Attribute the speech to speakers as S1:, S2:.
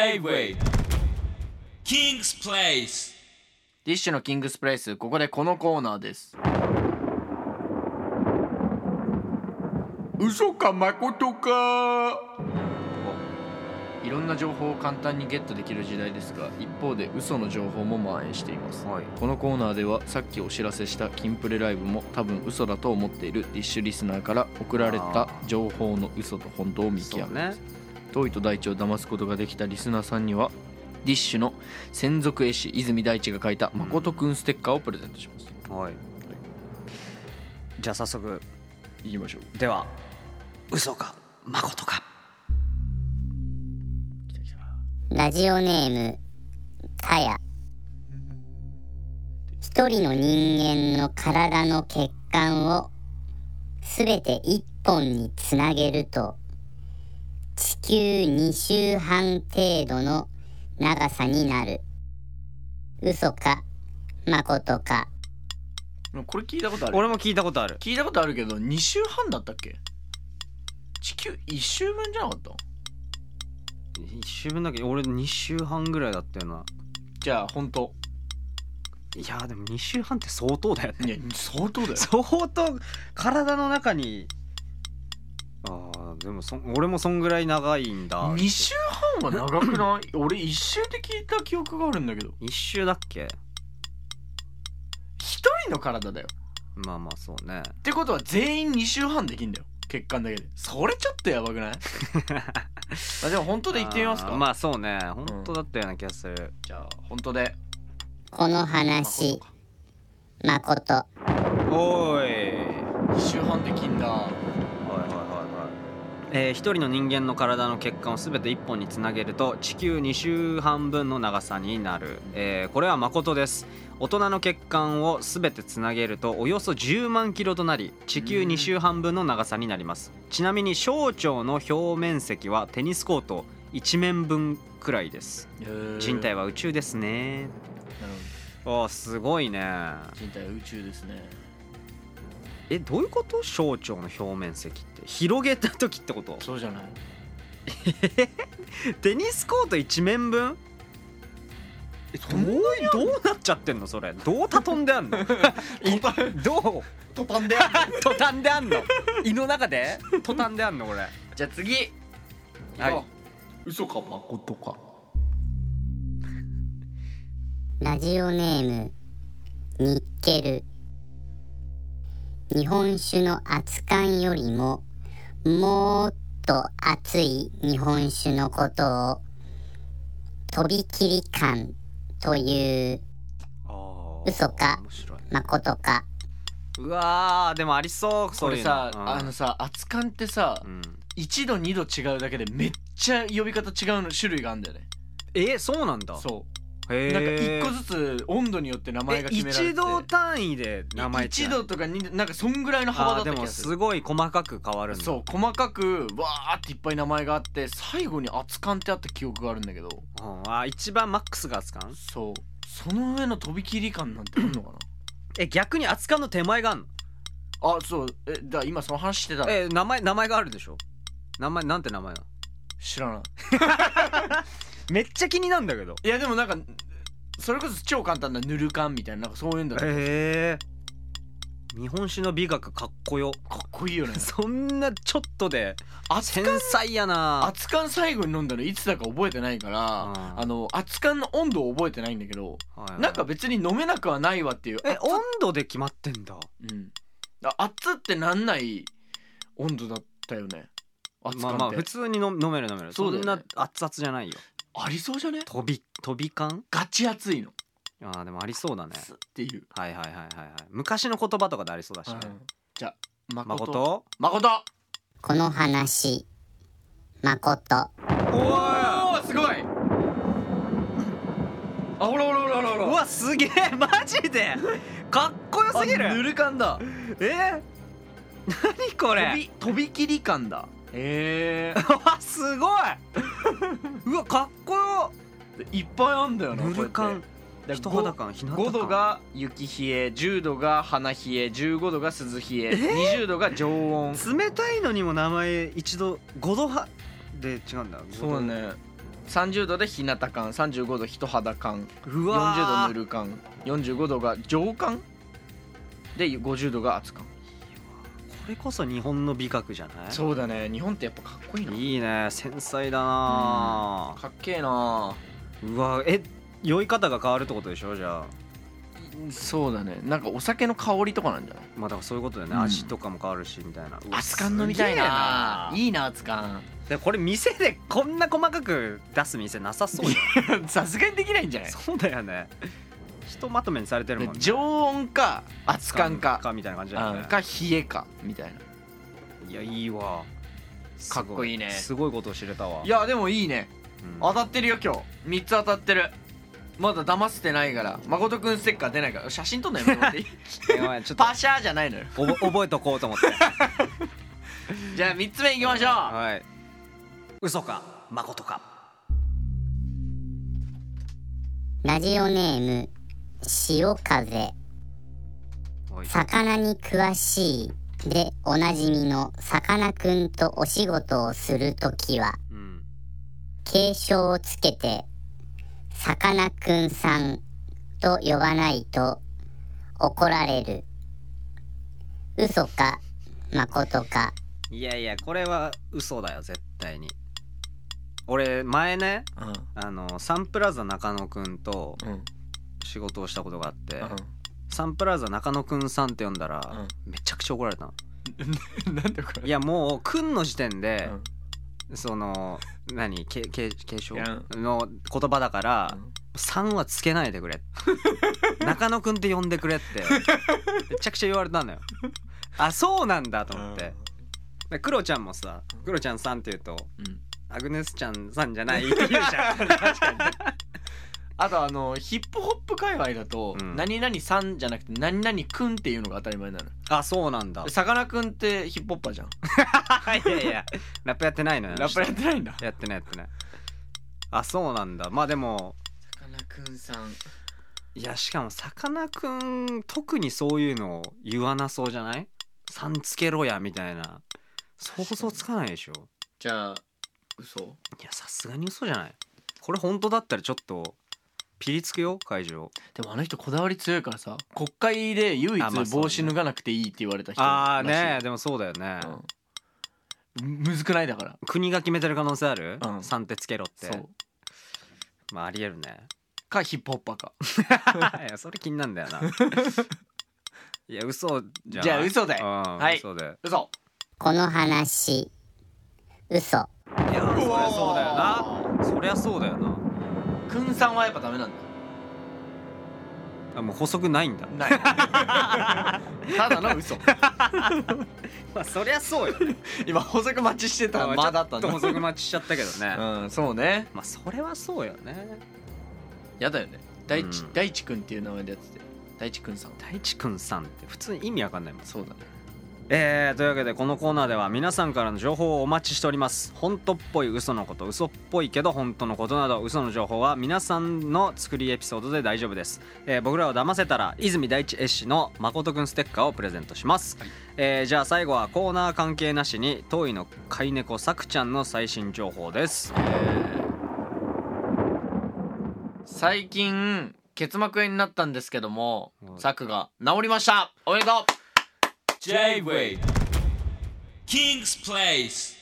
S1: J-Way King's Place
S2: ディッシュのキングスプレイスここでこのコーナーです
S3: 嘘か誠か
S2: いろんな情報を簡単にゲットできる時代ですが一方で嘘の情報も蔓延しています、
S4: はい
S2: このコーナーではさっきお知らせしたキンプレライブも多分嘘だと思っているディッシュリスナーから送られた情報の嘘と本当を見極め
S4: そうね
S2: 遠いと大地を騙すことができたリスナーさんにはディッシュの専属絵師泉大地が書いた「まことくんステッカー」をプレゼントします
S4: はいじゃあ早速
S2: いきましょう
S4: では嘘か誠か
S5: ラジオネーム、かや。一人の人間の体の血管をすべて一本につなげると、地球2周半程度の長さになる。嘘か、誠か。
S2: これ聞いたことある
S4: 俺も聞いたことある
S2: 聞いたことあるけど2週半だったっけ地球1周分じゃなかった
S4: 1週分だけ俺2週半ぐらいだったよな
S2: じゃあ本当
S4: いやーでも2週半って相当だよね
S2: いや相当だよ
S4: 相当体の中にあーでもそん俺もそんぐらい長いんだ
S2: 2週半は長くない 俺1周で聞いた記憶があるんだけど
S4: 1週だっけ
S2: 1人の体だよ
S4: まあまあそうね
S2: ってことは全員2週半できんだよ血管だけでそれちょっとやばく ないあでも本当で行ってみますか
S4: あーまあそうね本当だったような気がする、
S2: じゃあ本当で
S5: この話、誠。
S4: おーいはい
S2: 2週半できんだ
S4: はいはいはいえー、一人の人間の体の血管を全て一本につなげると地球2周半分の長さになる、えー、これは誠です大人の血管を全てつなげるとおよそ10万キロとなり地球2周半分の長さになりますちなみに小腸の表面積はテニスコート1面分くらいです人体
S2: は
S4: は宇宙ですね
S2: なる
S4: おーすごいね
S2: ほど人体は宇宙ですね
S4: えどういうこと小腸の表面積って広げた時ってこと
S2: そうじゃない
S4: テニスコート1面分
S2: え
S4: どういどうなっちゃってんのそれどう畳んであ んのど
S2: トパンで
S4: う畳んであんの胃の中で畳んであんのこれ
S2: じゃあ次
S4: はい
S3: 嘘か誠か
S5: ラジオネーム、ニッケル。日本酒の熱燗よりも、もっと熱い日本酒のことを、とびきり感という嘘か
S4: 面白い
S5: 誠か。
S4: うわーでもありそうそう
S2: こ
S4: い
S2: れ
S4: う
S2: さ、
S4: うん
S2: あのさ熱燗ってさ、
S4: うん
S2: 1度2度違うだけでめっちゃ呼び方違うの種類があるんだよね
S4: えーそうなんだ
S2: そ
S4: へ
S2: う
S4: え
S2: なんか1個ずつ温度によって名前が決められて
S4: 1度単位で名前違う
S2: 一度とか2度なんかそんぐらいの幅だ
S4: あー
S2: っ
S4: で
S2: た気
S4: も
S2: がする
S4: すごい細かく変わるんだ
S2: そう細かくわーっていっぱい名前があって最後に熱燗ってあった記憶があるんだけど
S4: うんあー一番マックスが扱う
S2: そうその上の飛び切り感なんてあるのかな
S4: え逆に扱うの手前があんの
S2: あそうえだから今その話してたの
S4: え名前名前があるでしょ名前なんて名前なの
S2: 知らない
S4: めっちゃ気になるんだけど
S2: いやでもなんかそれこそ超簡単なぬる感みたいななんかそういうんだったか
S4: へえ日本史の美学かっこよ
S2: っこいいよね
S4: そんなちょっとで
S2: 熱
S4: 繊
S2: 燗
S4: 細やな
S2: 熱燗最後に飲んだのいつだか覚えてないから、
S4: うん
S2: あの熱燗の温度を覚えてないんだけど、
S4: はいはい
S2: なんか別に飲めなくはないわっていう
S4: え
S2: 熱
S4: 温度で決まってんだ
S2: うん、あ熱ってなんない温度だったよね熱
S4: ま
S2: 燗
S4: あ
S2: って、
S4: まあ普通に飲飲める飲めるそ
S2: そ
S4: う
S2: だよ
S4: ん
S2: ね
S4: な熱々じゃないよ
S2: ありそうじゃね
S4: 飛び飛び感
S2: ガチ熱いの、
S4: あーでもありそうだね
S2: つっていう、
S4: はいはいはいはいはい昔の言葉とかでありそうだしね
S2: じゃあ誠
S4: 誠
S2: 誠
S5: この話、誠。
S4: お
S2: おおすごいあほらほらほらほらほら
S4: うわすげえ マジでかっこよすぎ
S2: あ
S4: る
S2: ぬる感だ
S4: えー、何こ
S2: 飛
S4: れ
S2: び飛び切り感だへえ
S4: わすごいうわかっこよ
S2: いっぱいあんだよな
S4: ぬる感人肌感日向感
S2: 5度が雪冷え10度が花冷え15度が涼冷え、20度が常温
S4: 冷たいのにも名前一度5度はで違うんだ
S2: そう
S4: ね
S2: ね30度で日向感35度人肌感
S4: う
S2: 40度
S4: わー
S2: ぬる感45度が上感で50度が熱感
S4: これこそ日本の美学じゃない
S2: そうだね日本ってやっぱかっこいいない
S4: いね繊細だな
S2: かっけえな
S4: うわえ酔い方が変わるってことでしょじゃあ
S2: そうだねなんかお酒の香りとかなんじゃない
S4: まあだからそういうことだよね、
S2: うん
S4: 味とかも変わるしみたいなうわ
S2: 熱感飲みたいな
S4: すげえ
S2: いいな熱 感
S4: でこれ店でこんな細かく出す店なさそうよ
S2: さすがにできないんじゃない
S4: そうだよねひとまとめにされてるもんね
S2: 常温か熱感か
S4: みたいな感じだよ
S2: う
S4: ね
S2: んか冷えかみたいない
S4: やいいわ
S2: かっこいいね
S4: すごいすごいことを知れたわ
S2: い、やでもいいね
S4: うん
S2: 当たってるよ今日3つ当たってるまだ騙せてないから誠くんステッカー出ないから写真撮んない もらっていい
S4: ごめんちょっと
S2: パシャーじゃないのよ
S4: おぼ覚えとこうと思って
S2: じゃあ3つ目いきましょう
S4: はい嘘か誠か
S5: ラジオネーム潮風
S4: はい
S5: 魚に詳しいでおなじみのさかなクンとお仕事をするときは
S4: うん
S5: 継承をつけてさかなクンさんと呼ばないと怒られる嘘か誠か
S4: いやいやこれは嘘だよ絶対に俺前ねあのサンプラザ中野くんと
S2: うんうん
S4: 仕事をしたことがあって、
S2: う
S4: サンプラザ中野くんさんって呼んだら、めちゃくちゃ怒られたの
S2: んなんでこれ
S4: いやもうくんの時点で、その何けけ継承
S2: いや
S4: の言葉だから「さ、ん」はつけないでくれ 中野くんって呼んでくれってめちゃくちゃ言われたのよあそうなんだと思って、でクロちゃんもさクロちゃんさんって言うと
S2: うん
S4: アグネスちゃんさんじゃないって言うじゃん
S2: あとあのヒップホップ界隈だと
S4: うん
S2: 何々さんじゃなくて何々くんっていうのが当たり前なの
S4: あそうなん だ
S2: さかなクンってヒップホッパーじゃん
S4: いやいやラップやってないのよ
S2: ラップやってないんだ
S4: やってないやってないあそうなんだまあでも
S2: さかなクンさん
S4: いやしかもさかなクン特にそういうのを言わなそうじゃないさんつけろやみたいな想像つかないでしょ
S2: じゃあ嘘
S4: いやさすがに嘘じゃないこれ本当だったらちょっとピリつくよ会場
S2: でもあの人こだわり強いからさ国会で唯
S4: あまあ
S2: 一
S4: そうね
S2: 帽子脱がなくていいって言われた人
S4: ああ
S2: らしい
S4: ねでもそうだよね、
S2: うんむずくないだから
S4: 国が決めてる可能性ある、
S2: うん
S4: さんってつけろって
S2: そう
S4: まああり えるね
S2: かヒップホッパーか
S4: いやそれ気になるんだよ ないや嘘じゃない
S2: じゃあ嘘だよ
S4: うん
S2: はい
S4: 嘘だよ
S2: 嘘
S5: この話嘘
S4: いやそりゃそうだよなそりゃそうだよな
S2: くんさんはやっぱダメなんだ
S4: あもう補足ないんだ
S2: ない ただの嘘
S4: まあそりゃそうよ
S2: 今補足待ちしてた間だったん
S4: ちょ
S2: だ
S4: っと補足待ちしちゃったけどね、
S2: うんそうね
S4: まあそれはそうよね
S2: やだよね大地
S4: うん
S2: 大地くんっていう名前でやってて大地くんさん
S4: 大地くんさんって普通に意味わかんないもん
S2: そうだね
S4: えー、というわけでこのコーナーでは皆さんからの情報をお待ちしております本当っぽい嘘のこと嘘っぽいけど本当のことなど嘘の情報は皆さんの作りエピソードで大丈夫です、えー僕らを騙せたら泉大地絵師の誠くんステッカーをプレゼントします、えーじゃあ最後はコーナー関係なしに当位の飼い猫さくちゃんの最新情報です
S2: 最近結膜炎になったんですけども
S4: はい
S2: サクが治りましたおめでとう
S1: J-Wave King's Place